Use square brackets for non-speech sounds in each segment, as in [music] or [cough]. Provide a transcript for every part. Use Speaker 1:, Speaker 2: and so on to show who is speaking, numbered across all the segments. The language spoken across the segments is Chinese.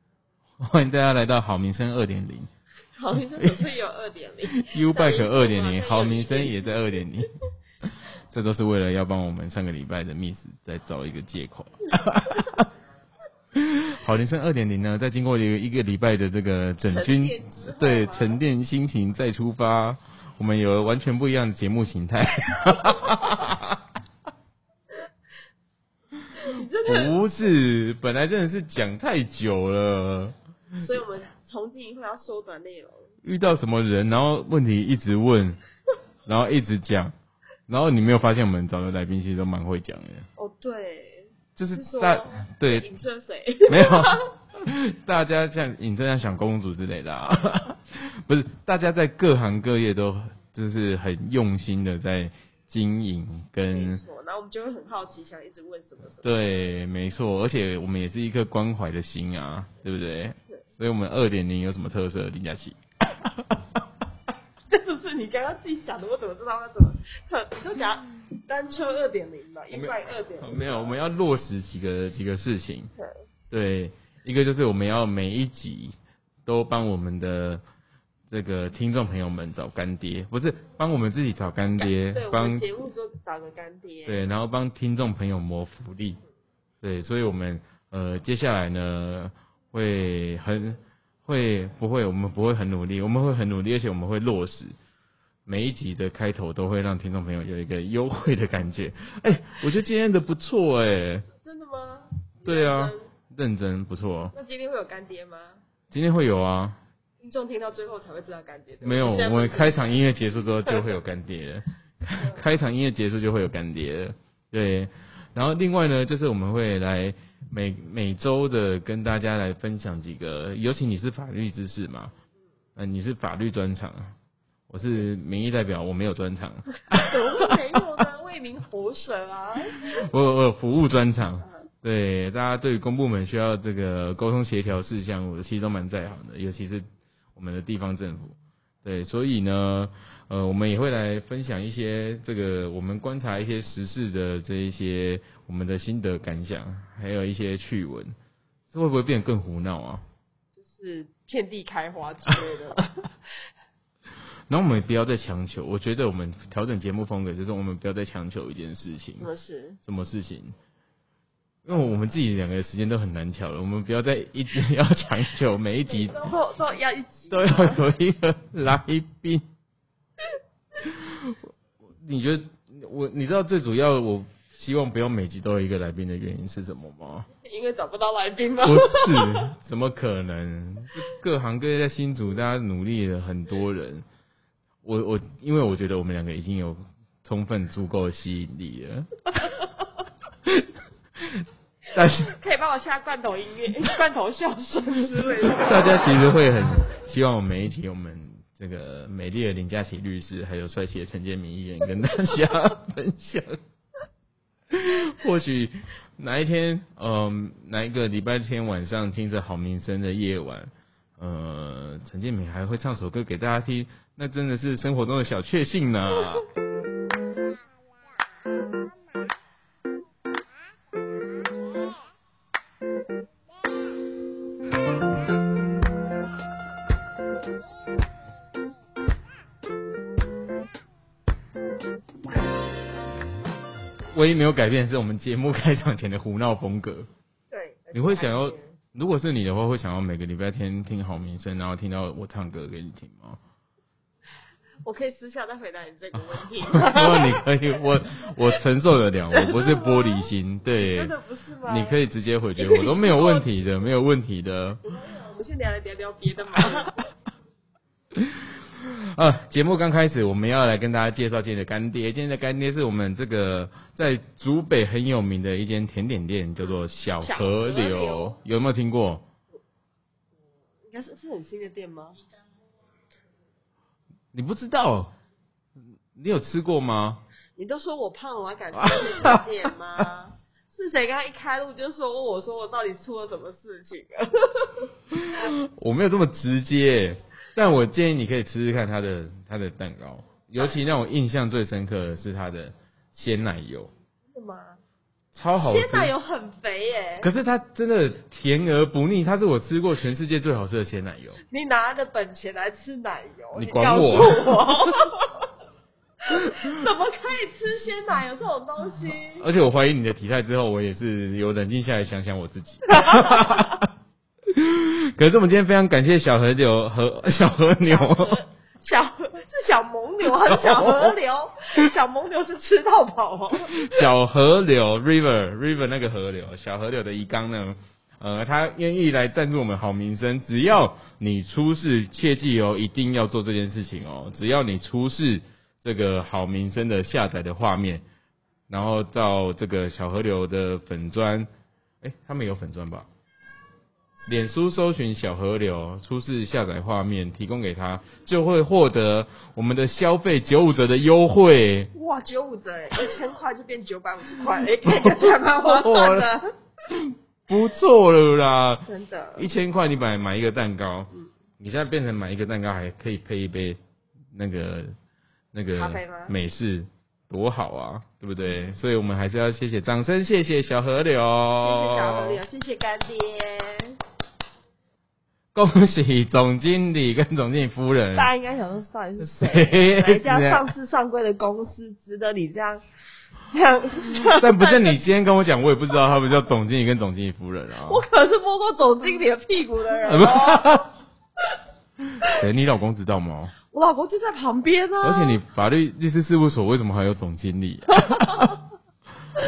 Speaker 1: [laughs] 欢迎大家来到好民生二点
Speaker 2: [laughs]
Speaker 1: 零
Speaker 2: 好民生总是有二点零
Speaker 1: [laughs] ，U Bike 二点零，好民生也在二点
Speaker 2: [laughs]
Speaker 1: 零。 [laughs] 这都是为了要帮我们上个礼拜的 miss 再找一个借口。 [laughs] 好民生二点零呢，在经过一个一个礼拜的这个整军
Speaker 2: 沉淀之后啊
Speaker 1: 对沉淀心情再出发，我们有完全不一样的节目形态。
Speaker 2: [laughs] 你真的，
Speaker 1: 不是，本来真的是讲太久了，
Speaker 2: 嗯所以我们从今以后要缩短内容。
Speaker 1: 遇到什么人，然后问题一直问， [laughs] 然后一直讲，然后你没有发现我们找的来宾其实都蛮会讲的，
Speaker 2: 哦，对，
Speaker 1: 就是是
Speaker 2: 说
Speaker 1: 大
Speaker 2: [laughs]
Speaker 1: 对
Speaker 2: 影射谁？
Speaker 1: 没有， [laughs] 大家像你这样想公主之类的、啊， [laughs] 不是？大家在各行各业都就是很用心的在经营
Speaker 2: 没
Speaker 1: 跟
Speaker 2: 错，然后我们就会很好奇，想一直问什么什 [laughs] 么。
Speaker 1: 对，没错，而且我们也是一颗关怀的心啊，对不对
Speaker 2: 是？
Speaker 1: 所以，我们二点零有什么特色？林佳琪，
Speaker 2: 这不是你刚刚自己想的，我怎么知道它怎么？你就讲单车二点零嘛，一百二点零。
Speaker 1: 哦没有，我们要落实几个几个事情。
Speaker 2: 对
Speaker 1: 对，一个就是我们要每一集都帮我们的这个听众朋友们找干爹，不是帮我们自己找干爹
Speaker 2: 对，，我
Speaker 1: 帮
Speaker 2: 们节目就找个干爹。
Speaker 1: 对，然后帮听众朋友谋福利。对，所以我们呃接下来呢会很会不会我们不会很努力，我们会很努力，而且我们会落实。每一集的开头都会让听众朋友有一个优惠的感觉，哎、我觉得今天的不错哎、
Speaker 2: 真的吗？
Speaker 1: 对啊
Speaker 2: 认真
Speaker 1: 认真不错哦，
Speaker 2: 那今天会有干爹吗？
Speaker 1: 今天会有啊，
Speaker 2: 听众听到最后才会知道干爹。对吧
Speaker 1: 没有，
Speaker 2: 现在
Speaker 1: 我
Speaker 2: 不
Speaker 1: 们
Speaker 2: 知
Speaker 1: 开
Speaker 2: [laughs]
Speaker 1: 场音乐结束之后就会有干爹了，开场音乐结束就会有干爹了，对。然后另外呢，就是我们会来每每周的跟大家来分享几个，尤其你是法律知识嘛，嗯、你是法律专场，我是民意代表，我没有专场，
Speaker 2: 怎么会没有呢？为民喉舌啊！
Speaker 1: 我有我有服务专场，对大家对于公部门需要这个沟通协调事项，我其实都蛮在行的，尤其是我们的地方政府。对，所以呢，呃，我们也会来分享一些这个我们观察一些时事的这一些我们的心得感想，还有一些趣闻，这会不会变得更胡闹啊？
Speaker 2: 就是遍地开花之类的。
Speaker 1: 然后我们也不要再强求，我觉得我们调整节目风格，就是我们不要再强求一件事情
Speaker 2: 什。
Speaker 1: [laughs]
Speaker 2: 么事？
Speaker 1: 什么事情？因为我们自己两个的时间都很难调了，我们不要再一直要强求每一
Speaker 2: [laughs]
Speaker 1: 集
Speaker 2: 都都都要一集
Speaker 1: 都要有一个来宾。你觉得我？你知道最主要我希望不要每集都有一个来宾的原因是什么吗？
Speaker 2: 因为找不到来宾吗
Speaker 1: 不？是，怎么可能？各行各业在新竹，大家努力了很多人。我我，因为我觉得我们两个已经有充分足够的吸引力了，但是
Speaker 2: 可以帮我下罐头音乐、罐头笑声之类的。
Speaker 1: [laughs] 大家其实会很希望我们每一集我们这个美丽的林佳琪律师，还有帅气的陈建明议员跟大家分享。 [laughs] 或许哪一天，嗯、哪一个礼拜天晚上听着好名声的夜晚，呃，陈建明还会唱首歌给大家听，那真的是生活中的小确幸呢、唯一没有改变的是我们节目开场前的胡闹风格。
Speaker 2: 对，
Speaker 1: 你会想要，如果是你的话，会想要每个礼拜天听好名声，然后听到我唱歌给你听吗？
Speaker 2: 我可以私下再回答你这个问题。
Speaker 1: 不过你可以， [laughs] 我我承受得了，我不是玻璃
Speaker 2: [laughs]
Speaker 1: 心，对
Speaker 2: 真，的不是吗？
Speaker 1: 你可以直接回绝我，都没有问题的，没 [laughs] 有问题的。
Speaker 2: 我们先聊聊聊别
Speaker 1: [laughs]
Speaker 2: 的嘛。
Speaker 1: 啊，节目刚开始，我们要来跟大家介绍今天的干爹。今天的干爹是我们这个在竹北很有名的一间甜点店，叫做小
Speaker 2: 小
Speaker 1: 河
Speaker 2: 河
Speaker 1: 流
Speaker 2: 流，
Speaker 1: 有没有听过？
Speaker 2: 应该是是很新的店吗？
Speaker 1: 你不知道？你有吃过吗？
Speaker 2: 你都说我胖，我
Speaker 1: [laughs]
Speaker 2: 还敢去这家店吗？是谁刚刚一开路就说问我说我到底出了什么事情啊？
Speaker 1: 我没有这么直接，但我建议你可以吃吃看它的它的蛋糕，尤其让我印象最深刻的是它的鲜奶油。
Speaker 2: 真的吗？
Speaker 1: 超好吃
Speaker 2: 鲜。奶油很肥耶、
Speaker 1: 可是它真的甜而不腻，它是我吃过全世界最好吃的鲜
Speaker 2: [laughs]
Speaker 1: 奶油。
Speaker 2: 你拿的本钱来吃奶油，
Speaker 1: 你
Speaker 2: 你
Speaker 1: 管
Speaker 2: 告诉
Speaker 1: 我 [laughs]
Speaker 2: 我怎么可以吃鲜奶油这种东西？
Speaker 1: 而且我怀疑你的体态之后，我也是有冷静下来想想我自
Speaker 2: [laughs]
Speaker 1: 己。可是我们今天非常感谢小河流和 [laughs] 小河牛，
Speaker 2: 小河是小蒙牛
Speaker 1: [laughs]
Speaker 2: 还是小河流？小蒙牛是吃到饱哦。
Speaker 1: [laughs] 小河流 River River 那个河流，小河流的一缸呢，呃，他愿意来赞助我们好名声。只要你出事，切记哦，一定要做这件事情哦。只要你出示这个好名声的下载的画面，然后到这个小河流的粉砖，哎、他们有粉砖吧？脸书搜寻小河流，出示下载画面，提供给他，就会获得我们的消费九五折的优惠。
Speaker 2: 哇，九五折哎，一千块就变九百五十块，哎，看起
Speaker 1: [laughs]
Speaker 2: 来蛮划算的，
Speaker 1: 不错了啦，
Speaker 2: 真的。
Speaker 1: 一千块你买买一个蛋糕，
Speaker 2: 嗯
Speaker 1: 你现在变成买一个蛋糕还可以配一杯那个那个
Speaker 2: 咖啡吗嗯
Speaker 1: 美式，多好啊，对不对？所以我们还是要谢谢，掌声谢谢小河流，哦
Speaker 2: 谢谢小河流，谢谢干爹。
Speaker 1: 恭喜总经理跟总经理夫人，
Speaker 2: 大家应该想说，到底是
Speaker 1: 谁 [laughs]
Speaker 2: 谁？啊哪一家上市上柜的公司值得你这样这样？
Speaker 1: 但不是
Speaker 2: [laughs]
Speaker 1: 你今天跟我讲，我也不知道他们叫总经理跟总经理夫人啊。
Speaker 2: 我可是摸过总经理的屁股的人哦。
Speaker 1: 呃不 [laughs] 对，你老公知道吗？
Speaker 2: 我老公就在旁边呢、啊。
Speaker 1: 而且你法律律师事务所为什么还有总经理、啊
Speaker 2: [laughs]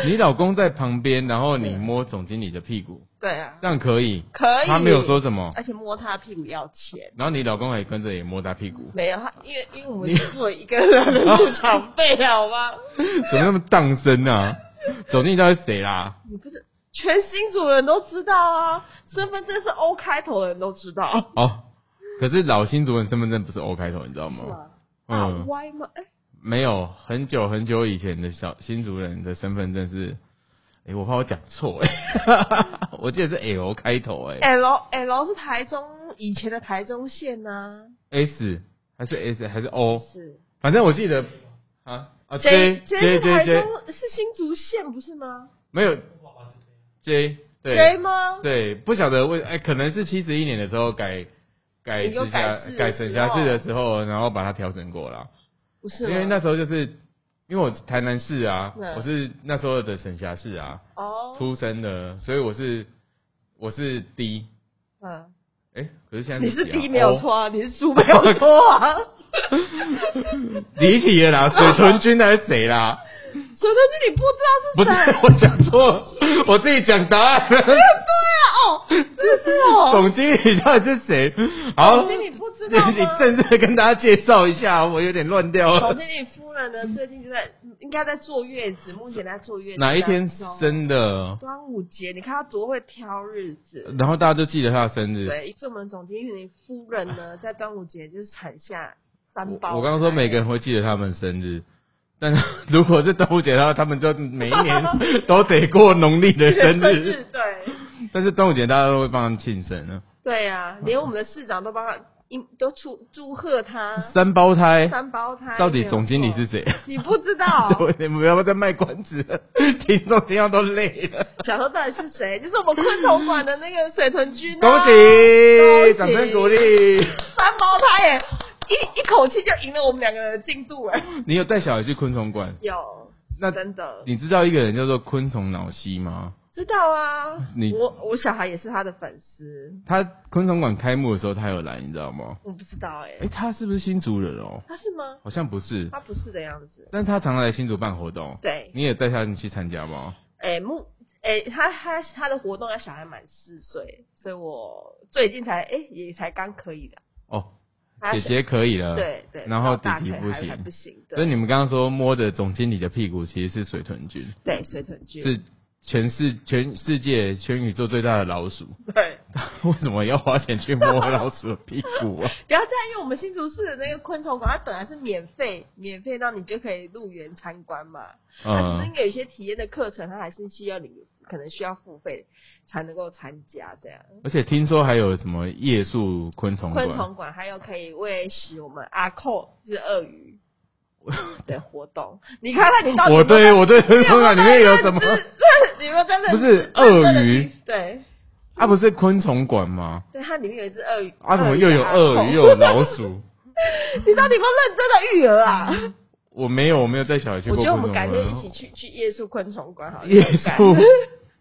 Speaker 1: 你老公在旁边，然后你摸总经理的屁股，
Speaker 2: 对啊，
Speaker 1: 这样可以？
Speaker 2: 可以。
Speaker 1: 他没有说什么，
Speaker 2: 而且摸他屁股要钱。
Speaker 1: 然后你老公也跟着也摸他屁股，
Speaker 2: 没有，他因为因为我们
Speaker 1: 你
Speaker 2: 只做一个人 [laughs] 的入场费，好吗？
Speaker 1: 怎么那么当真啊？总经理到底是谁啦？
Speaker 2: 你不是全新主人都知道啊，身份证是 O 开头的人都知道，
Speaker 1: 哦，可是老新主任身份证不是 O 开头，你知道
Speaker 2: 是
Speaker 1: 吗？
Speaker 2: 吗？大
Speaker 1: 哦嗯，
Speaker 2: Y 吗？哎、
Speaker 1: 没有，很久很久以前的小新主人的身份证是，哎、我怕我讲错哎， [laughs] 我记得是 L 开头哎、
Speaker 2: l L 是台中以前的台中县呐、
Speaker 1: s 还是 S 还是 O？
Speaker 2: 是
Speaker 1: 反正我记得啊啊
Speaker 2: J
Speaker 1: J
Speaker 2: 是台
Speaker 1: J
Speaker 2: 中
Speaker 1: J
Speaker 2: 是新竹县不是吗
Speaker 1: 没有 J 对
Speaker 2: ？J 吗？
Speaker 1: 对，不晓得为哎、可能是七十一年的时候改改
Speaker 2: 你说
Speaker 1: 直辖
Speaker 2: 改制的
Speaker 1: 改省辖市
Speaker 2: 时候
Speaker 1: 的时候，然后把它调整过了，
Speaker 2: 不是啊
Speaker 1: 因
Speaker 2: 吗，
Speaker 1: 为那时候就是因为我台南市啊，
Speaker 2: 嗯
Speaker 1: 我是那时候的省辖市啊
Speaker 2: 哦，
Speaker 1: 出生的，所以我是我是 D
Speaker 2: 嗯，
Speaker 1: 哎、可是现在
Speaker 2: 你
Speaker 1: 是
Speaker 2: 是
Speaker 1: 几啊
Speaker 2: D 没有错啊，你是猪没有
Speaker 1: [laughs]
Speaker 2: 错啊。
Speaker 1: 离题了啦，
Speaker 2: [laughs]
Speaker 1: 水豚君还是谁啦？
Speaker 2: 水豚君你不
Speaker 1: 不
Speaker 2: 知
Speaker 1: 是
Speaker 2: 道是谁？啊
Speaker 1: 我讲错，我自己讲答案了。
Speaker 2: 对啊，哦，真
Speaker 1: [laughs]
Speaker 2: 的是哦，
Speaker 1: 总经理到底是
Speaker 2: [laughs]
Speaker 1: 谁？好，
Speaker 2: 总经理不知道吗
Speaker 1: 你你正式地跟大家介绍一下，我有点乱掉
Speaker 2: 总
Speaker 1: 了。
Speaker 2: 经理夫人呢，最近就在应该在坐月子，目前在坐月子。
Speaker 1: 哪一天生的？
Speaker 2: 端午节，你看他多会挑日子。
Speaker 1: 然后大家就记得他的生日。
Speaker 2: 对，所以我们总经理夫人呢，在端午节就是产下三胞
Speaker 1: 我我刚刚说每个
Speaker 2: [laughs]
Speaker 1: 人会记得他们生日，但是 [laughs] 如果是端午节的话，他们就每一年都得过农历的生
Speaker 2: 人 [laughs] 生
Speaker 1: 日。
Speaker 2: 日，对
Speaker 1: 但是端午节大家都会帮他们庆生啊。
Speaker 2: 对呀、啊，连我们的市长都帮他，一都祝祝贺他
Speaker 1: 三胞胎
Speaker 2: 三胞胎。哦
Speaker 1: 到底总经理是谁？
Speaker 2: 没有错？你不知道，
Speaker 1: [laughs] 对你们不要再卖关子
Speaker 2: [laughs]
Speaker 1: 了，听众听到都累了。
Speaker 2: 小说到底是谁？就是我们昆虫馆的那个水豚君、
Speaker 1: [laughs]
Speaker 2: 啊。
Speaker 1: 恭
Speaker 2: 恭
Speaker 1: 喜，
Speaker 2: 喜
Speaker 1: 掌声鼓励！
Speaker 2: 三胞胎耶，一一口气就赢了我们两个人的进度哎。
Speaker 1: 你有带小孩去昆虫馆？
Speaker 2: 有，
Speaker 1: 那
Speaker 2: 真的
Speaker 1: 你知道一个人叫做昆虫脑西吗？
Speaker 2: 知道啊。
Speaker 1: 你
Speaker 2: 我我小孩也是他的粉丝，
Speaker 1: 他昆虫馆开幕的时候他有来，你知道吗？
Speaker 2: 我不知道哎、
Speaker 1: 诶、他是不是新竹人哦？
Speaker 2: 他是吗？
Speaker 1: 好像不是，
Speaker 2: 他不是的样子。
Speaker 1: 但他常来新竹办活动。
Speaker 2: 对，
Speaker 1: 你也带他去参加吗？
Speaker 2: 哎、目哎、他他他的活动要小孩满四岁，所以我最近才哎、也才刚可以的。
Speaker 1: 哦，
Speaker 2: 他
Speaker 1: 姐
Speaker 2: 是
Speaker 1: 姐可以了，
Speaker 2: 对对，
Speaker 1: 然后
Speaker 2: 到大
Speaker 1: 弟弟
Speaker 2: 可以
Speaker 1: 不
Speaker 2: 还还
Speaker 1: 行
Speaker 2: 不行，
Speaker 1: 所以
Speaker 2: 对
Speaker 1: 你们刚刚说摸着总经理的屁股，其实是水豚君，
Speaker 2: 对，水豚君
Speaker 1: 是全世全世界全宇宙最大的老鼠。 [laughs]
Speaker 2: 对，
Speaker 1: 为什么要花钱去摸老鼠的屁股
Speaker 2: [laughs]
Speaker 1: 啊？
Speaker 2: 不要这样，因为我们新竹市的那个昆虫馆，它本来是免费，免费到你就可以入园参观嘛。那只
Speaker 1: 嗯
Speaker 2: 是，有一些体验的课程，它还是需要你可能需要付费才能够参加这样。
Speaker 1: 而且听说还有什么夜宿昆虫馆 [laughs]
Speaker 2: 昆，虫馆还有可以喂食我们阿扣，就是鳄鱼，对活动，你看看 [laughs] 你到底
Speaker 1: 我
Speaker 2: 有没有
Speaker 1: 对
Speaker 2: 在
Speaker 1: 我对陈春兰里面有什么？
Speaker 2: 你有没有在
Speaker 1: 不
Speaker 2: 认
Speaker 1: 是
Speaker 2: 真真的
Speaker 1: 鳄鱼
Speaker 2: 去对，
Speaker 1: 啊，不是昆虫馆吗？
Speaker 2: 对，它里面有一只鳄鱼，
Speaker 1: 啊，怎么
Speaker 2: 鱼
Speaker 1: 又有
Speaker 2: 的
Speaker 1: 鳄鱼
Speaker 2: 阿
Speaker 1: 哦
Speaker 2: 公
Speaker 1: 又有老鼠？
Speaker 2: [laughs] 你到底有没有认真的育儿啊？
Speaker 1: 我没有，我没有带小孩去
Speaker 2: 我
Speaker 1: 过
Speaker 2: 觉
Speaker 1: 昆
Speaker 2: 得我
Speaker 1: 虫
Speaker 2: 们
Speaker 1: 馆啊
Speaker 2: 改天一起去去夜宿昆虫馆好了。
Speaker 1: 夜
Speaker 2: 改
Speaker 1: 宿。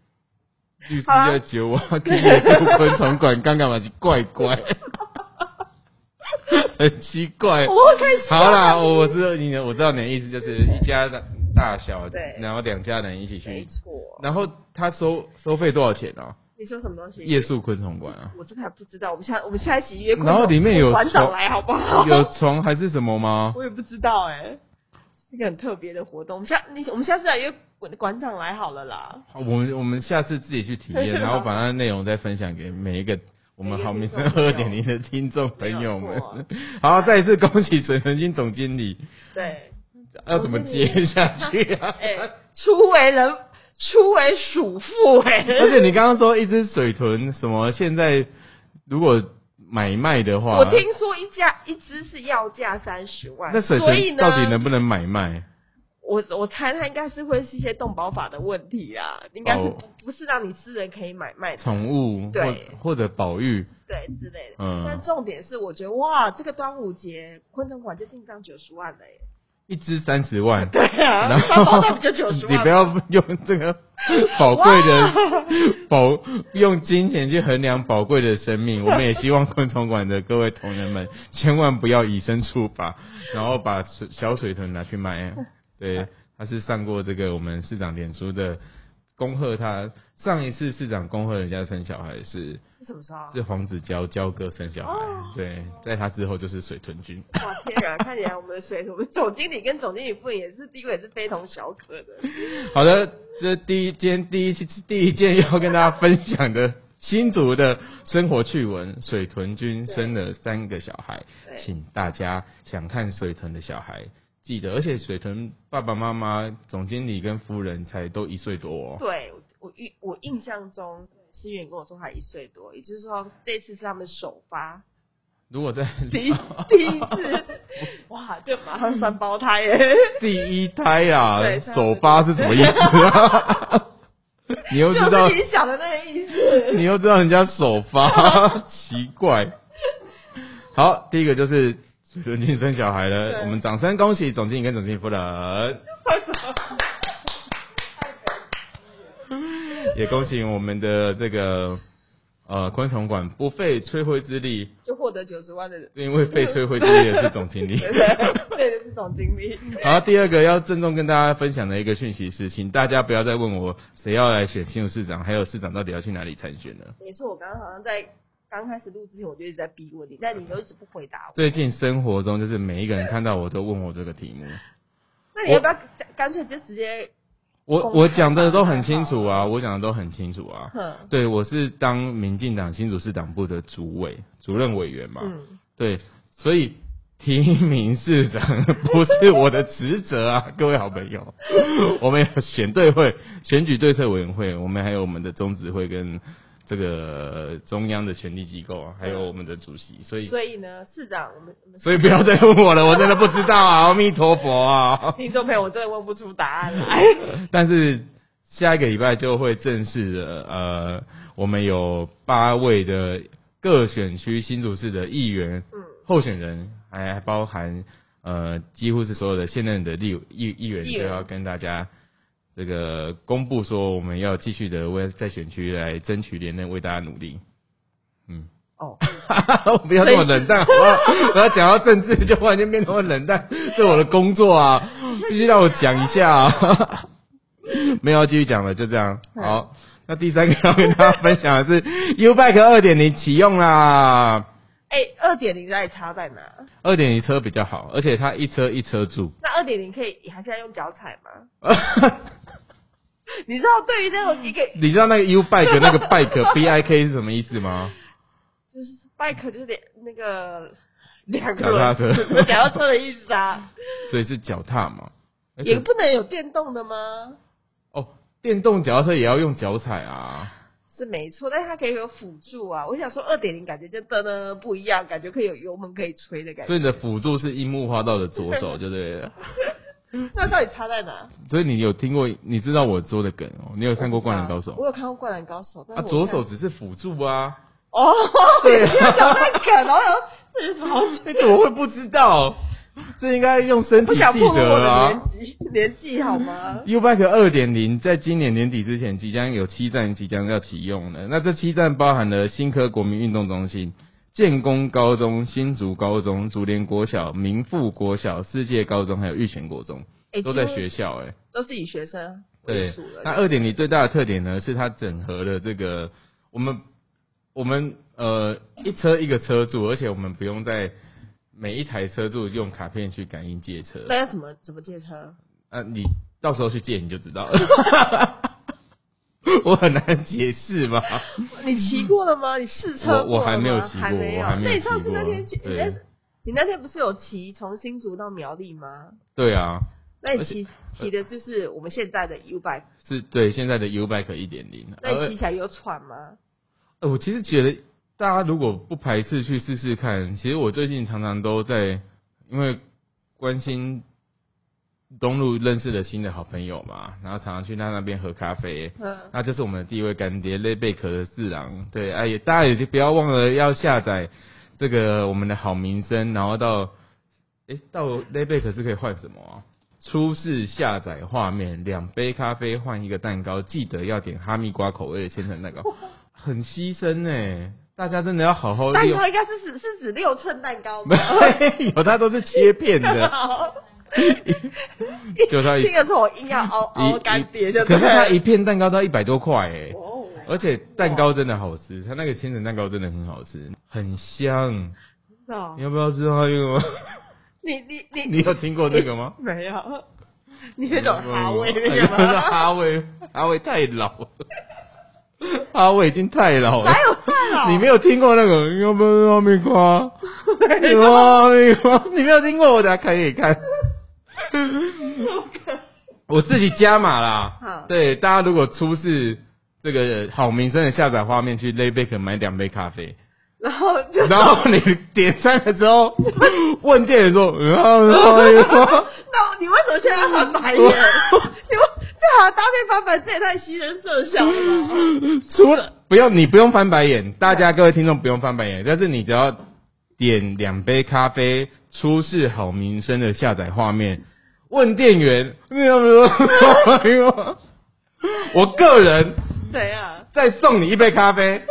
Speaker 1: [laughs] 律师
Speaker 2: 好啊
Speaker 1: 要揪我去夜宿昆虫馆，刚干嘛去？怪
Speaker 2: [laughs]
Speaker 1: 怪，很奇怪。
Speaker 2: 我开始
Speaker 1: 好啦，我我知道你的，我知道你的意思，就是一家大大小，
Speaker 2: 对
Speaker 1: 然后两家人一起
Speaker 2: 没
Speaker 1: 去，
Speaker 2: 错。
Speaker 1: 然后他收收费多少钱啊？
Speaker 2: 你说什么东西？
Speaker 1: 夜宿昆虫馆
Speaker 2: [laughs]
Speaker 1: 啊，
Speaker 2: 我真的还不知道。我们下我们下一集约昆虫
Speaker 1: 然后里面有
Speaker 2: 馆长
Speaker 1: 床
Speaker 2: 来好不好？
Speaker 1: 有床还是什么吗？
Speaker 2: [laughs] 我也不知道哎、是一个很特别的活动。我们下你我们下次来约馆馆长来好了啦。
Speaker 1: 好我们我们下次自己去体验，然后把它内容再分享给每一个我们好民生二点零的听众朋友
Speaker 2: 没
Speaker 1: 们
Speaker 2: 有错。
Speaker 1: 好，再一次恭喜水神金总经理，
Speaker 2: 对，
Speaker 1: 要怎么接下去啊？
Speaker 2: 哎、初为人，初为鼠妇哎、
Speaker 1: 而且你刚刚说一只水豚什么，现在如果买卖的话，
Speaker 2: 我听说一架一只是要价三十万，
Speaker 1: 那水
Speaker 2: 所以
Speaker 1: 豚
Speaker 2: 呢，
Speaker 1: 到底能不能买卖？
Speaker 2: 我我猜它应该是会是一些动保法的问题啦，应该是
Speaker 1: 哦
Speaker 2: 不、不是让你私人可以买卖的，
Speaker 1: 宠物或
Speaker 2: 对
Speaker 1: 或者保育，
Speaker 2: 对之类的。
Speaker 1: 嗯
Speaker 2: 但重点是，我觉得哇，这个端午节昆虫馆就进账九十万了耶！
Speaker 1: 一只三十万，
Speaker 2: 对啊，
Speaker 1: 然
Speaker 2: 双胞胎
Speaker 1: 后
Speaker 2: 不就九十万？
Speaker 1: 你不要用这个宝贵的宝用金钱去衡量宝贵的生命。我们也希望昆虫馆的各位同仁们，千万不要以身触法，然后把水小水豚拿去卖。啊对，他是上过这个我们市长脸书的恭贺他。上一次市长恭贺人家生小孩是
Speaker 2: 什么时候啊？
Speaker 1: 是黄子佼佼哥生小孩
Speaker 2: 哦，
Speaker 1: 对，在他之后就是水豚君。
Speaker 2: 哇天啊！看起来我们的水土，我们总经理跟总经理夫人也是地位也是非同小可的。
Speaker 1: 好的，这是第一件第一期第一件要跟大家分享的新竹的生活趣闻，水豚君生了三个小孩，
Speaker 2: 对
Speaker 1: 请大家想看水豚的小孩记得，而且水豚爸爸妈妈、总经理跟夫人才都一岁多、哦，
Speaker 2: 对我我印我印象中，思源跟我说他一岁多，也就是说这次是他们首发
Speaker 1: 如果在
Speaker 2: 第一第一次，哇，就马上三胞胎耶！
Speaker 1: [laughs] 第一胎啊
Speaker 2: 对，是
Speaker 1: 首发是什么意思
Speaker 2: [laughs]
Speaker 1: 啊？你又
Speaker 2: 就
Speaker 1: 知
Speaker 2: 是
Speaker 1: 道，
Speaker 2: 你想的那个意思。 [laughs]
Speaker 1: 你又知道人家首发，奇怪。好，第一个就是水豚精生小孩了，
Speaker 2: 对
Speaker 1: 我们掌声恭喜总经理跟总经理夫人，也恭喜我们的这个呃昆虫馆不费吹灰之力，
Speaker 2: 就获得九十
Speaker 1: [laughs]
Speaker 2: 万的人，
Speaker 1: 因为费吹灰之力的是总经理。
Speaker 2: [laughs] 对，是总经理。
Speaker 1: 然后第二个要郑重跟大家分享的一个讯息是，请大家不要再问我谁要来选新竹市长，还有市长到底要去哪里参选了。
Speaker 2: 没错，我刚刚好像在刚开始录之前，我就一直在逼问你，但你都一直不回答我。
Speaker 1: 最近生活中就是每一个人看到我都问我这个题目。
Speaker 2: 那你要不要干干脆就直接？
Speaker 1: 我我讲的都很清楚啊，我讲的都很清楚啊。
Speaker 2: 哼，
Speaker 1: 对，我是当民进党新竹市党部的主委、主任委员嘛。
Speaker 2: 嗯，
Speaker 1: 对，所以提名市长不是我的职责啊， [laughs] 各位好朋友。我们有选对会、选举对策委员会，我们还有我们的中执会跟这个中央的权力机构啊，还有我们的主席，所以
Speaker 2: 所以呢，市长，我们我们
Speaker 1: 所以不要再问我了，我真的不知道啊，阿弥陀佛啊。
Speaker 2: 听众朋友，我真的问不出答
Speaker 1: [laughs]
Speaker 2: 案来。
Speaker 1: 但是下一个礼拜就会正式的，呃，我们有八位的各选区新竹市的议员
Speaker 2: 嗯，
Speaker 1: 候选人，还还包含呃，几乎是所有的现任的立议议员
Speaker 2: 议员
Speaker 1: 都要跟大家。这个公布说，我们要继续的为在选区来争取连任，为大家努力。嗯，
Speaker 2: 哦，
Speaker 1: 我 [laughs] 不要这么冷淡，好不好？我要讲到政治，就忽然间变那么冷淡，这是我的工作啊，必须让我讲一下、啊。 [laughs] 没有，继续讲了，就这样。好，那第三个要跟大家分享的是 U Bike 二点零启用啦，
Speaker 2: 哎、二点零到底差在哪？
Speaker 1: 二点零车比较好，而且它一车一车住。 [laughs]
Speaker 2: 那二点零可以还是要用脚踩吗？你知道对于那
Speaker 1: 嗯
Speaker 2: 种一个
Speaker 1: 你知道那个 U Bike 那个 bike [laughs] B I K 是什么意思吗？
Speaker 2: 就是 bike 就是两那个两个
Speaker 1: 脚踏车
Speaker 2: 轮脚踏车的意思
Speaker 1: [laughs]
Speaker 2: 啊，
Speaker 1: 所以是脚踏嘛。哎而且
Speaker 2: 也不能有电动的吗？
Speaker 1: 哦，电动脚踏车也要用脚踩啊。
Speaker 2: 是没错，但是它可以有辅助啊。我想说，二点零感觉就噔噔不一样，感觉可以有油门可以吹的感
Speaker 1: 所以
Speaker 2: 觉。
Speaker 1: 你的辅助是樱木花道的左手，就对了。
Speaker 2: 那到底差在哪？
Speaker 1: 所以你有听过，你知道我做的梗哦、你有看过《灌篮高手
Speaker 2: 我》有看过《灌篮高手》，但
Speaker 1: 啊？
Speaker 2: 是
Speaker 1: 左
Speaker 2: 我看
Speaker 1: 手只是辅助啊，
Speaker 2: 哦，
Speaker 1: 对啊
Speaker 2: 你要讲那个，然后我想说这是什
Speaker 1: [laughs]
Speaker 2: 么好讲？
Speaker 1: 你哎怎么会不知道？这应该用身体
Speaker 2: 不
Speaker 1: 记
Speaker 2: 想破露我
Speaker 1: 得啊
Speaker 2: 的。年纪，年纪好吗？
Speaker 1: U Bike 二点零在今年年底之前即将有七站即将要启用了。那这七站包含了新科国民运动中心、建工高中、新竹高中、竹联国小、民富国小、世界高中，还有玉泉国中，[laughs]
Speaker 2: 哎
Speaker 1: 都在
Speaker 2: 几乎
Speaker 1: 学校哎、
Speaker 2: 都是以学生为
Speaker 1: 对
Speaker 2: 主，的。
Speaker 1: 那二点零最大的特点呢，是它整合了这个我们我们呃一车一个车主，而且我们不用在每一台车主用卡片去感应借车。
Speaker 2: 那要怎么怎么借车？
Speaker 1: 啊，你到时候去借你就知道了。 [laughs] 我很难解释吧？
Speaker 2: 你骑过了吗？你试车
Speaker 1: 嗯我我还没有
Speaker 2: 过了吗
Speaker 1: 骑过
Speaker 2: 还没
Speaker 1: 我还没有
Speaker 2: 那你上次
Speaker 1: 骑过啊
Speaker 2: 那天去，哎你
Speaker 1: 对
Speaker 2: 那你那天不是有骑从新竹到苗栗吗？
Speaker 1: 对啊，
Speaker 2: 那你
Speaker 1: 而且
Speaker 2: 骑骑的就是我们现在的 U bike，
Speaker 1: 是对现在的 U Bike 一点零。
Speaker 2: 那你
Speaker 1: 而
Speaker 2: 骑起来有喘吗？
Speaker 1: 呃我其实觉得大家如果不排斥去试试看，其实我最近常常都在因为关心东路认识了新的好朋友嘛，然后常常去他那边喝咖啡。
Speaker 2: 嗯，
Speaker 1: 那就是我们的第一位干爹雷贝壳的四郎，对，哎，也大家也就不要忘了要下载这个我们的好名声，然后到，哎、到雷贝壳是可以换什么啊？出示下载画面，两杯咖啡换一个蛋糕，记得要点哈密瓜口味的千层蛋糕，很牺牲呢、大家真的要好好利
Speaker 2: 蛋
Speaker 1: 用
Speaker 2: 糕，应该是指是指六寸蛋糕
Speaker 1: [laughs]
Speaker 2: 吗？
Speaker 1: 没有，它都是切片
Speaker 2: [laughs]
Speaker 1: 的，就它一
Speaker 2: 这个是我硬要凹凹干爹，就
Speaker 1: 可
Speaker 2: 对
Speaker 1: 是它一片蛋糕都要一百多块哎、
Speaker 2: 哦，
Speaker 1: 而且蛋糕真的好吃，它那个千层蛋糕真的很好吃，很香。
Speaker 2: 是哦
Speaker 1: 你要不要知道它有什么？ [laughs]
Speaker 2: 你你你
Speaker 1: 你有听过这个吗？
Speaker 2: 没
Speaker 1: [laughs]
Speaker 2: 有？你那种哈啊味那个
Speaker 1: 是
Speaker 2: 吗？
Speaker 1: 哈味，哈味太老了，哈味已经太老了
Speaker 2: 哪。有看啊？
Speaker 1: 你没有听过那个？你要不要哈密瓜？
Speaker 2: 没有
Speaker 1: 哈密瓜，你没有听过？我等下开给你看。我自己加码啦
Speaker 2: 好。
Speaker 1: 对，大家如果出示这个好名声的下载画面，去 Layback 买两杯咖啡。
Speaker 2: 然后
Speaker 1: [laughs]
Speaker 2: 就
Speaker 1: 然后你点餐的时候，问店员说，嗯哎然后然后然后
Speaker 2: [laughs] 那你为什么现在要
Speaker 1: [laughs]
Speaker 2: 翻白眼？你为这还搭配翻白，这也太牺牲设想了哦吧。
Speaker 1: 嗯 [laughs] 除了不用你不用翻白眼，大家各位听众不用翻白眼，但是你只要点两杯咖啡，出示好名声的下载画面，问店员，没有没有没有，我个人
Speaker 2: 谁啊？
Speaker 1: 再送你一杯咖啡，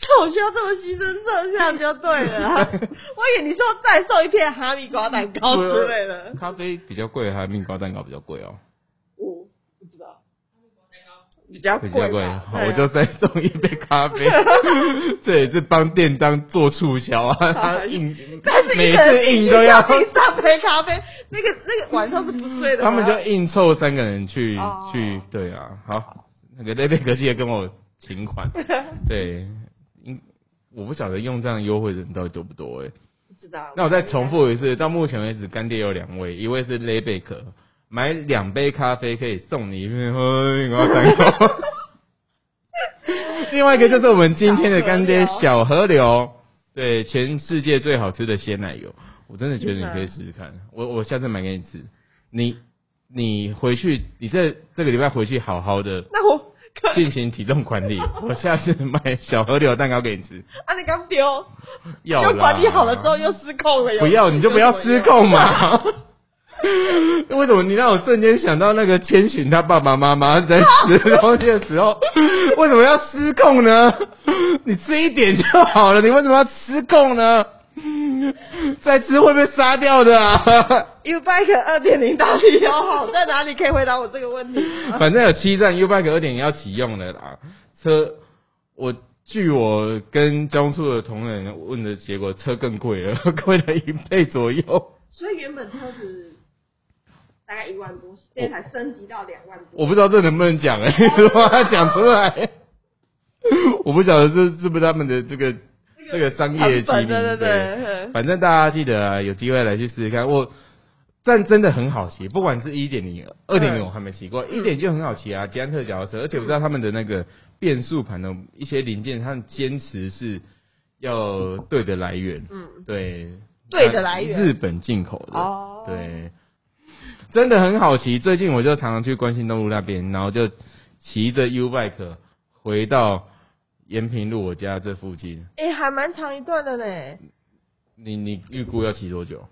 Speaker 2: 这我需要这么牺牲设想就对
Speaker 1: [laughs]
Speaker 2: 了啊、我以为你说再送一片哈密瓜蛋糕之
Speaker 1: [laughs]
Speaker 2: 类的。
Speaker 1: 咖啡比较贵，还是面包蛋糕比较贵哦？
Speaker 2: 我不知道，比较
Speaker 1: 比
Speaker 2: 贵
Speaker 1: 较
Speaker 2: 吧
Speaker 1: 贵，好，我
Speaker 2: 对
Speaker 1: 就
Speaker 2: 啊
Speaker 1: 再送一杯咖
Speaker 2: [laughs]
Speaker 1: 啡。这也是帮店当做促销啊，他硬
Speaker 2: 但是一
Speaker 1: 每
Speaker 2: 个人
Speaker 1: 次硬都要，
Speaker 2: 必须订三杯咖啡，那个那个晚上是不睡的
Speaker 1: 他
Speaker 2: 吗。
Speaker 1: 们就硬凑三个人去
Speaker 2: 哦
Speaker 1: 去，对啊，好，那个雷贝格记得跟我请
Speaker 2: [laughs]
Speaker 1: 款，对，应我不晓得用这样优惠的人到底多不多哎、
Speaker 2: 不知道。
Speaker 1: 那我再重复一次，到目前为止干爹有两位，一位是雷贝克，买两杯咖啡可以送你一瓶喝我要蛋糕。 [laughs] 另外一个就是我们今天的干爹小河流，对，全世界最好吃的鲜奶油，我真的觉得你可以试试看，我我下次买给你吃。你你回去，你这这个礼拜回去好好的
Speaker 2: 那我可
Speaker 1: 进行体重管理，我下次买小河流蛋糕给你吃。
Speaker 2: 啊，你刚丢，
Speaker 1: 要啦
Speaker 2: [laughs] 就管理好了之后又失控了。有
Speaker 1: 不要，你就不要失。控嘛。
Speaker 2: [laughs]
Speaker 1: [laughs] 为什么你让我瞬间想到那个千寻他爸爸妈妈在吃东西的时 [laughs] 候，为什么要失控呢？你吃一点就好了，你为什么要失控呢？再吃会被杀掉的 [laughs] 啊！
Speaker 2: U Bike 二点零到底有哦好在哪里？可以回答我这个问题吗？
Speaker 1: 反正有七站 U Bike 二点要启用的啦。车，我据我跟交通处的同仁问的结果，车更贵了， [laughs] 贵了一倍左右。
Speaker 2: [laughs] 所以原本车子大概一万多，现在才升级到两万多。
Speaker 1: 我不知道这能不能讲哎、欸， [laughs] 如果他讲出来，我不晓得这是不是他们的这个这个商业机密。
Speaker 2: 成本对对对嗯
Speaker 1: 反正大家记得啊，有机会来去试试看。我但真的很好骑，不管是一点零、二点零，我还没骑过，一点就很好骑啊，捷安特脚踏车，而且我知道他们的那个变速盘的一些零件，他们坚持是要对的来源，
Speaker 2: 嗯，
Speaker 1: 对，
Speaker 3: 对的来源
Speaker 1: 日本进口的，
Speaker 3: 哦
Speaker 1: 对，真的很好骑。最近我就常常去关心东路那边，然后就骑着 U bike 回到延平路我家这附近。
Speaker 2: 哎、还蛮长一段的呢，
Speaker 1: 你你预估要骑多久？哦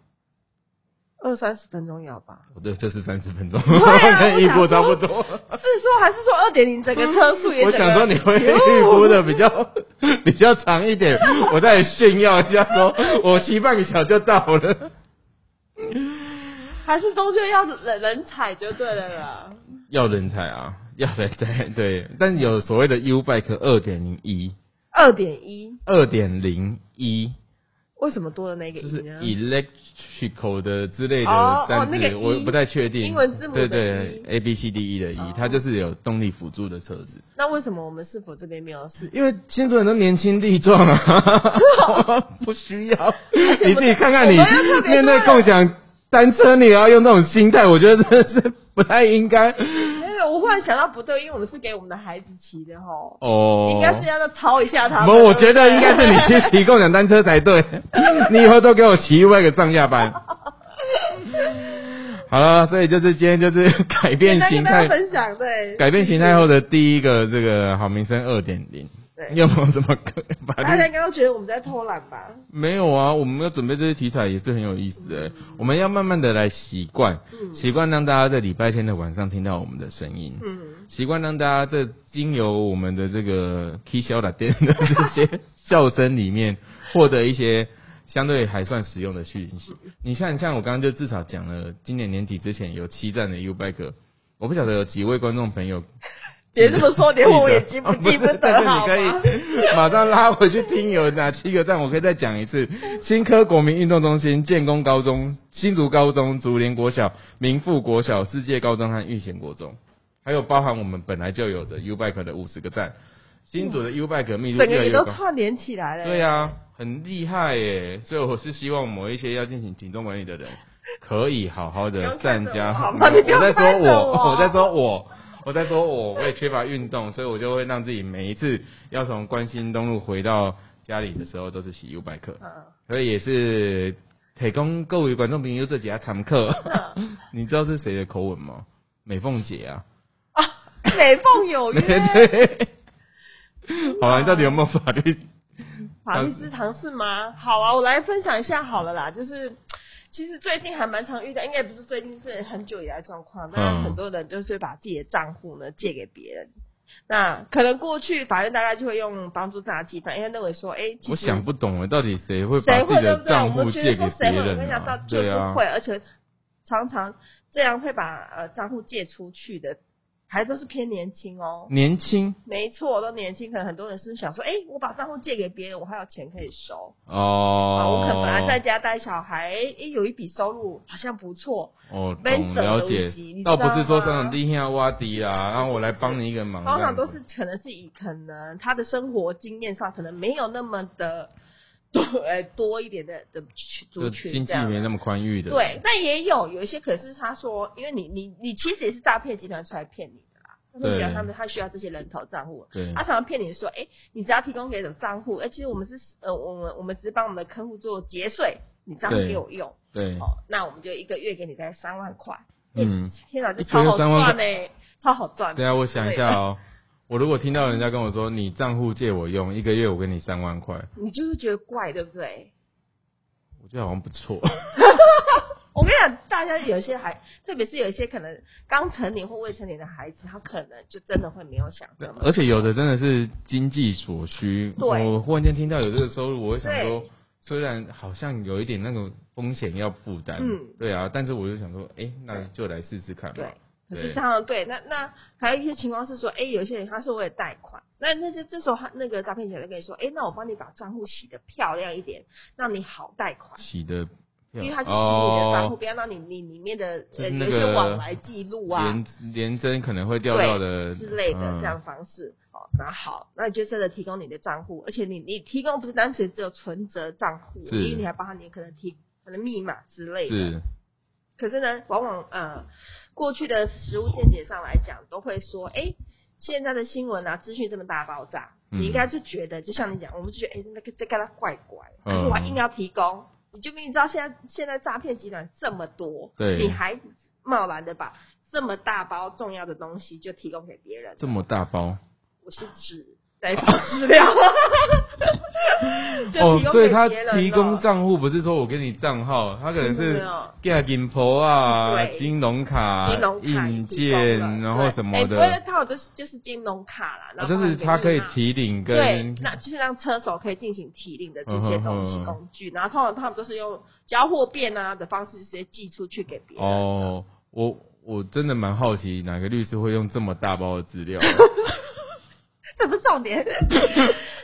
Speaker 2: 二三十分钟要吧？
Speaker 1: 我对，就是三十分钟， [laughs]
Speaker 2: 对啊
Speaker 1: 跟预估差
Speaker 3: [laughs]
Speaker 1: 不多。
Speaker 2: 是说还是说二点零整个车速也整
Speaker 1: [laughs] 我
Speaker 2: 个？
Speaker 1: 想说你会预估的比较 [laughs] 比较长一点，我再炫耀一下说，我骑半个小时就到了。
Speaker 2: 还是终究要人人踩就对了啦。
Speaker 1: 要人才啊， [laughs] 要人才，对。但有所谓的 U Bike 二点零一，
Speaker 2: 二点一，
Speaker 1: 二点零一
Speaker 2: 为什么多了那个
Speaker 1: 就
Speaker 2: 一
Speaker 1: 是
Speaker 2: 呢？
Speaker 1: electrical 的之类
Speaker 2: 哦
Speaker 1: 的
Speaker 2: 啊哦
Speaker 1: 单字，
Speaker 2: 那个 E
Speaker 1: 我不太确定。
Speaker 2: 英文字母的
Speaker 1: 对对
Speaker 2: E
Speaker 1: ，A B C D E 的 E，、
Speaker 2: 哦
Speaker 1: 它就是有动力辅助的车子。
Speaker 2: 那为什么我们是否这边没有是？
Speaker 1: 因为新竹人都年轻力壮啊， [laughs] 不需要。你自己看看你
Speaker 2: 我们要特别
Speaker 1: 面对
Speaker 2: 多
Speaker 1: 共
Speaker 2: 人
Speaker 1: 享单车，你也要用这种心态，我觉得真的是不太应该。
Speaker 2: 没有，我忽然想到不对，因为我们是给我们的孩子骑的吼，
Speaker 1: 哦，
Speaker 2: 应该是要再操一下他们。
Speaker 1: 我我觉
Speaker 2: 对不对
Speaker 1: 得应该是你去骑共享单车才
Speaker 2: [laughs]
Speaker 1: 对，你以后都给我骑外个上下班。
Speaker 2: [laughs]
Speaker 1: 好了，所以就是今天就是 [laughs] 改变
Speaker 2: 简
Speaker 1: 形态，
Speaker 2: 单跟大家分享对，
Speaker 1: 改变形态后的第一个这个好民生二点零，
Speaker 2: 对
Speaker 1: 你有没有什么可把
Speaker 2: 大家
Speaker 1: 这
Speaker 2: 应该都觉得我们在偷懒吧？
Speaker 1: 没有啊？我们要准备这些题材也是很有意思的，我们要慢慢的来习惯，习惯让大家在礼拜天的晚上听到我们的声音。
Speaker 2: 嗯，
Speaker 1: 习惯让大家在经由我们的这个 K 小打店的这些笑声里面，获得一些相对还算实用的讯息。你看，像我刚刚就至少讲了，今年年底之前有七站的 U Bike，我不晓得有几位观众朋友
Speaker 2: 别这么说，连我也记不
Speaker 1: 记
Speaker 2: 记
Speaker 1: 得
Speaker 2: 得好
Speaker 1: 哦 [laughs] 但是
Speaker 2: 吗？
Speaker 1: 你可以马上拉回去听有哪七个站，我可以再讲一
Speaker 2: [laughs]
Speaker 1: 次：新科国民运动中心、建工高中、新竹高中、竹联国小、民富国小、世界高中和玉贤国中，还有包含我们本来就有的 U Bike 的五十个站。新竹的 U Bike 密度
Speaker 2: 嗯整
Speaker 1: 越
Speaker 2: 个
Speaker 1: 来
Speaker 2: 也
Speaker 1: 越
Speaker 2: 都
Speaker 1: 高，
Speaker 2: 串联起来了。
Speaker 1: 对呀、很厉害耶！所以我是希望某一些要进行体重管理的人，可以好好的善加。
Speaker 2: 不要看着我好吗你不要
Speaker 1: 在说
Speaker 2: 看着
Speaker 1: 我，
Speaker 2: 我
Speaker 1: 我在说我，我在说我，我也缺乏运动，所以我就会让自己每一次要从关心东路回到家里的时候，都是洗 U 百克，
Speaker 2: 嗯，
Speaker 1: 所以也是提供各位观众朋友这几下堂课。你知道是谁的口吻吗？美凤姐啊，
Speaker 2: 美凤有约，
Speaker 1: [laughs] 对。好了，你到底有没有法律
Speaker 2: 法
Speaker 1: 嗯
Speaker 2: 律师唐氏吗？好啊，我来分享一下好了啦，就是。其实最近还蛮常遇到，应该不是最近，是很久以来的状况。那
Speaker 1: 嗯
Speaker 2: 很多人就是把自己的账户呢借给别人，那可能过去法院大概就会用帮助诈欺犯，因为认为说，哎、其
Speaker 1: 我
Speaker 2: 实
Speaker 1: 想不懂哎，到底谁会把
Speaker 2: 谁
Speaker 1: 自己
Speaker 2: 会对
Speaker 1: 的
Speaker 2: 不对？我
Speaker 1: 账
Speaker 2: 们
Speaker 1: 户
Speaker 2: 觉
Speaker 1: 借
Speaker 2: 得
Speaker 1: 给
Speaker 2: 说
Speaker 1: 别
Speaker 2: 谁会？我跟
Speaker 1: 人啊
Speaker 2: 你讲，到就
Speaker 1: 对
Speaker 2: 是
Speaker 1: 啊
Speaker 2: 会，，而且常常这样会把呃账户借出去的，还都是偏年轻哦。
Speaker 1: 年轻
Speaker 2: 没错，都年轻，可能很多人是想说，哎、我把账户借给别人，我还有钱可以收。啊，
Speaker 1: 哦，
Speaker 2: 我可能本来在家带小孩，哎、有一笔收入好像不错，
Speaker 1: 哦，
Speaker 2: 没
Speaker 1: 懂
Speaker 2: 整
Speaker 1: 了
Speaker 2: 的
Speaker 1: 解
Speaker 2: 无极你，
Speaker 1: 倒
Speaker 2: 知
Speaker 1: 不是
Speaker 2: 道
Speaker 1: 说
Speaker 2: 吗
Speaker 1: 真的厉害挖低啦，然后我来帮你一个忙，
Speaker 2: 通
Speaker 1: 这哦样
Speaker 2: 常
Speaker 1: 子
Speaker 2: 都是可能是以可能他的生活经验上可能没有那么的多，呃，多一点的的族
Speaker 1: 就
Speaker 2: 群，
Speaker 1: 经济
Speaker 2: 这样啊
Speaker 1: 没那么宽裕的，
Speaker 2: 对，，但也有有一些，可是他说，因为你你你其实也是诈骗集团出来骗你的啦，诈骗集团他们他需要这些人头账户，
Speaker 1: 对
Speaker 2: 他常常骗你说，哎、你只要提供给的账户，哎、其实我们是呃，我们我们只是帮我们的客户做节税，你账户
Speaker 1: 对
Speaker 2: 给我用，
Speaker 1: 对，
Speaker 2: 哦，那我们就一个月给你大概三万块，
Speaker 1: 嗯，
Speaker 2: 天哪，这
Speaker 1: 一个
Speaker 2: 超
Speaker 1: 月
Speaker 2: 好
Speaker 1: 3万
Speaker 2: 赚呢、欸超好赚，
Speaker 1: 对啊，我想一下哦，我如果听到人家跟我说你账户借我用，一个月我给你三万块，
Speaker 2: 你就是觉得怪，对不对？
Speaker 1: 我觉得好像不错，
Speaker 2: 我跟你讲，大家有些还，特别是有一些可能刚成年或未成年的孩子，他可能就真的会没有想这么多
Speaker 1: 而且有的真的是经济所需，
Speaker 2: 对
Speaker 1: 我忽然间听到有这个收入，我会想说
Speaker 2: 对，
Speaker 1: 虽然好像有一点那种风险要负担，
Speaker 2: 嗯
Speaker 1: 对啊，但是我就想说，哎、那就来试试看吧
Speaker 2: 对。可是
Speaker 1: 对
Speaker 2: 当然对，那那还有一些情况是说，哎、有些人他是为了贷款，那那就这时候他那个诈骗集团就跟你说，哎、那我帮你把账户洗得漂亮一点，让你好贷款，
Speaker 1: 洗的
Speaker 2: 因
Speaker 1: 票，
Speaker 2: 为他去洗你的账户，
Speaker 1: 哦，
Speaker 2: 不要让你你里面的
Speaker 1: 就是
Speaker 2: 呃
Speaker 1: 那
Speaker 2: 有
Speaker 1: 个
Speaker 2: 一些往来记录啊
Speaker 1: 连连针可能会掉到的
Speaker 2: 之类的这样
Speaker 1: 嗯
Speaker 2: 的方式。哦，那好，那你就真的提供你的账户，而且你你提供不是单纯只有存折账户，
Speaker 1: 是
Speaker 2: 因为你还包含你可能提可能密码之类的。
Speaker 1: 是
Speaker 2: 可是呢，往往呃，过去的实物见解上来讲，都会说，哎、现在的新闻啊，资讯这么大爆炸，
Speaker 1: 嗯
Speaker 2: 你应该就觉得，就像你讲，我们就觉得，哎、那个这个它怪怪，可
Speaker 1: 嗯
Speaker 2: 是我还硬要提供，你就明明知道现在现在诈骗集团这么多，
Speaker 1: 对
Speaker 2: 你还贸然的把这么大包重要的东西就提供给别人，
Speaker 1: 这么大包
Speaker 2: 我是指在资料， [laughs] 就提供给别人了
Speaker 1: 哦所以他提供账户不是说我给你账号，他可能
Speaker 2: 没
Speaker 1: 是
Speaker 2: 有
Speaker 1: 给银婆啊、
Speaker 2: 对
Speaker 1: 金融卡、
Speaker 2: 金融卡也
Speaker 1: 硬
Speaker 2: 提供了
Speaker 1: 件，然后
Speaker 2: 对
Speaker 1: 什
Speaker 2: 哎
Speaker 1: 么
Speaker 2: 不
Speaker 1: 的
Speaker 2: 会，套就是就是金融卡啦，然
Speaker 1: 啊
Speaker 2: 后
Speaker 1: 就
Speaker 2: 还有
Speaker 1: 是
Speaker 2: 给
Speaker 1: 他可以
Speaker 2: 银行
Speaker 1: 提领
Speaker 2: 对
Speaker 1: 跟，
Speaker 2: 那就是让车手可以进行提领的这些
Speaker 1: 嗯哼
Speaker 2: 东西
Speaker 1: 哼
Speaker 2: 工具，然后通常他们都是用交货变啊的方式直接寄出去给别人。
Speaker 1: 哦，我我真的蛮好奇哪个律师会用这么大包的资
Speaker 2: [laughs]
Speaker 1: 料，
Speaker 2: 这不是重点。 [laughs]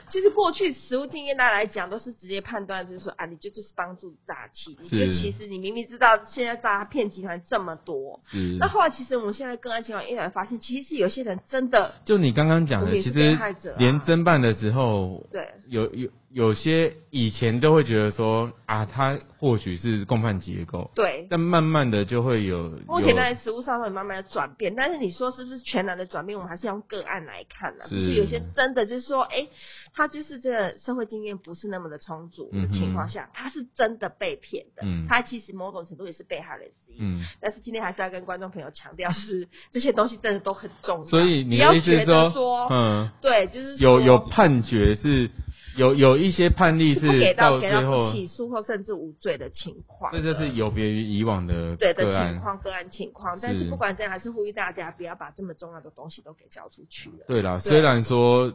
Speaker 2: 其实过去实务经验大家来讲，都是直接判断，就是说啊，你就就是帮助诈欺。你就是其实你明明知道现在诈骗集团这么多，
Speaker 1: 是
Speaker 2: 那后来其实我们现在个案情况一来发现，其实有些人真的
Speaker 1: 就你刚刚讲
Speaker 2: 我
Speaker 1: 的，
Speaker 2: 们也
Speaker 1: 其
Speaker 2: 是
Speaker 1: 实
Speaker 2: 被害者啊
Speaker 1: 连侦办的时候，
Speaker 2: 对
Speaker 1: 有有有些以前都会觉得说啊，他或许是共犯结构，
Speaker 2: 对。
Speaker 1: 但慢慢的就会有
Speaker 2: 目前在
Speaker 1: 有
Speaker 2: 实务上会慢慢的转变，但是你说是不是全然的转变？我们还是要用个案来看呢、
Speaker 1: 是
Speaker 2: 就是有些真的就是说，哎、他就是这个社会经验不是那么的充足的
Speaker 1: 嗯哼
Speaker 2: 情况下，他是真的被骗的，
Speaker 1: 嗯
Speaker 2: 他其实某种程度也是被害人之一。
Speaker 1: 嗯，
Speaker 2: 但是今天还是要跟观众朋友强调是，这些东西真的都很重要。
Speaker 1: 所以你
Speaker 2: 不要
Speaker 1: 的意思
Speaker 2: 觉
Speaker 1: 是
Speaker 2: 得
Speaker 1: 说，嗯，
Speaker 2: 对，就是
Speaker 1: 有
Speaker 2: 说
Speaker 1: 有判决是有有一些判例
Speaker 2: 是不给
Speaker 1: 是
Speaker 2: 到给
Speaker 1: 最
Speaker 2: 到
Speaker 1: 后
Speaker 2: 不，起诉或甚至无罪的情况
Speaker 1: 这
Speaker 2: 的。
Speaker 1: 就是有别于以往的
Speaker 2: 对
Speaker 1: 个
Speaker 2: 的情
Speaker 1: 案。
Speaker 2: 况，个案情况，但是
Speaker 1: 是
Speaker 2: 不管怎样，还是呼吁大家不要把这么重要的东西都给交出去了。
Speaker 1: 对啦，
Speaker 2: 对
Speaker 1: 虽然说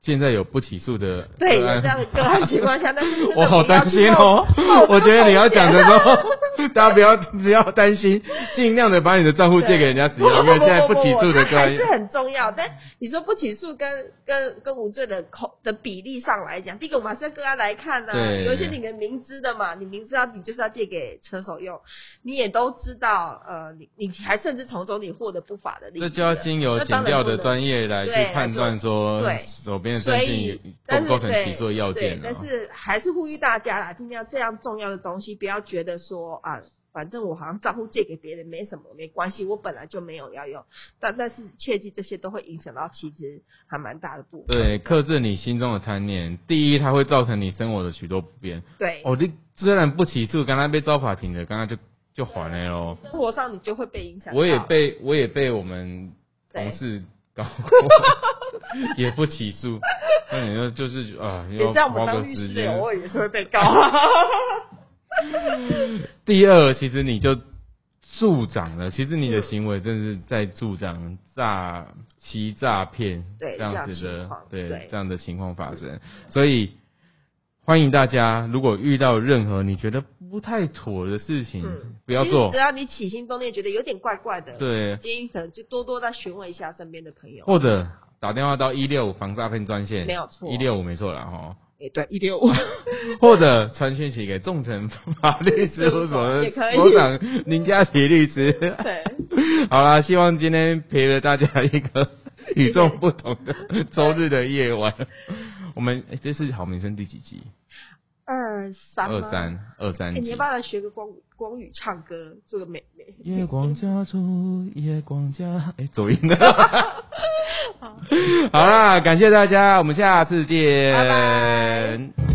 Speaker 1: 现在有不起诉的
Speaker 2: 对，有
Speaker 1: 个案
Speaker 2: 这样的个案情况下，但是真的
Speaker 1: 我好
Speaker 2: 不要
Speaker 1: 担
Speaker 2: 去
Speaker 1: 心哦 [laughs]
Speaker 2: 冒冒这个，
Speaker 1: 我觉得你要
Speaker 2: [laughs]
Speaker 1: 讲的时
Speaker 2: 风险
Speaker 1: 候，大家不要不要担心，尽量的把你的账户借给人家使用，因
Speaker 2: 不不
Speaker 1: 为
Speaker 2: 不
Speaker 1: 现在
Speaker 2: 不
Speaker 1: 起诉的
Speaker 2: 不
Speaker 1: 个
Speaker 2: 还
Speaker 1: 案
Speaker 2: 是很重要。但你说不起诉跟跟跟无罪的口的比例上来讲，第一个我们还是要个案来看呢、
Speaker 1: 对
Speaker 2: 有一些你们明知的嘛，你明知道你就是要借给车手用，你也都知道，呃，你你还甚至从中你获得不法的利益
Speaker 1: 这
Speaker 2: 了，
Speaker 1: 就要经由
Speaker 2: 那
Speaker 1: 检
Speaker 2: 当然
Speaker 1: 调
Speaker 2: 不
Speaker 1: 的
Speaker 2: 能
Speaker 1: 专业来去
Speaker 2: 对来
Speaker 1: 判断说
Speaker 2: 对
Speaker 1: 手边的
Speaker 2: 所
Speaker 1: 证
Speaker 2: 以
Speaker 1: 据，构
Speaker 2: 但
Speaker 1: 不
Speaker 2: 是
Speaker 1: 构成
Speaker 2: 对
Speaker 1: 起诉的要件
Speaker 2: 对
Speaker 1: 啊
Speaker 2: 但。是还是呼吁大家啦，尽量这样重要的东西，不要觉得说啊，反正我好像账户借给别人没什么，没关系，我本来就没有要用。但但是切记，这些都会影响到其实还蛮大的部分。
Speaker 1: 对，克制你心中的贪念。第一，它会造成你生活的许多不便。
Speaker 2: 对，
Speaker 1: 哦，你虽然不起诉，刚刚被招法庭的，刚刚就就还了咯。
Speaker 2: 生活上你就会被影响到。
Speaker 1: 我也被我也被我们
Speaker 2: 对
Speaker 1: 同事
Speaker 2: [laughs]
Speaker 1: 搞 [laughs] 过，也不起诉。那你说就是啊，
Speaker 2: 也
Speaker 1: 要
Speaker 2: 知道我
Speaker 1: 花
Speaker 2: 们当
Speaker 1: 个
Speaker 2: 律
Speaker 1: 时
Speaker 2: 师哦的，
Speaker 1: 间。
Speaker 2: 偶尔也是会被告。
Speaker 1: 第二，其实你就助长了，其实你
Speaker 2: 嗯
Speaker 1: 的行为真的是在助长诈欺、诈骗
Speaker 2: 对
Speaker 1: 这样子
Speaker 2: 这样
Speaker 1: 的
Speaker 2: 情况，
Speaker 1: 对
Speaker 2: 对
Speaker 1: 这样的情况发生，所以。欢迎大家，如果遇到任何你觉得不太妥的事情，
Speaker 2: 嗯
Speaker 1: [laughs] 不要
Speaker 2: 其实
Speaker 1: 做
Speaker 2: 只。要你起心动念觉得有点怪怪的，，
Speaker 1: 对，
Speaker 2: 建议可能就多多再询问一下身边的朋友。
Speaker 1: 或者打电话到一六五防诈骗专线，
Speaker 2: 没有错
Speaker 1: 一六五没错了哈。
Speaker 2: 哎，对，
Speaker 1: [laughs]
Speaker 2: 一六五。
Speaker 1: 或者传讯息给众诚法律事务所的
Speaker 2: 也可以
Speaker 1: 所长林佳琪律师。 [laughs]
Speaker 2: 对，
Speaker 1: 好啦，希望今天陪了大家一个与众不同的周日的夜
Speaker 2: [laughs]
Speaker 1: 晚。我们、诶这是好民生第几集？
Speaker 2: 二三
Speaker 1: 二
Speaker 2: 吗
Speaker 1: 三二
Speaker 2: 哎
Speaker 1: 三
Speaker 2: 你
Speaker 1: 集
Speaker 2: 要不。要来学个光光语唱歌，做个美美？
Speaker 1: 夜光家族，夜光家，哎、走音 [laughs] 了。好啦，感谢大家，我们下次见，
Speaker 2: 拜拜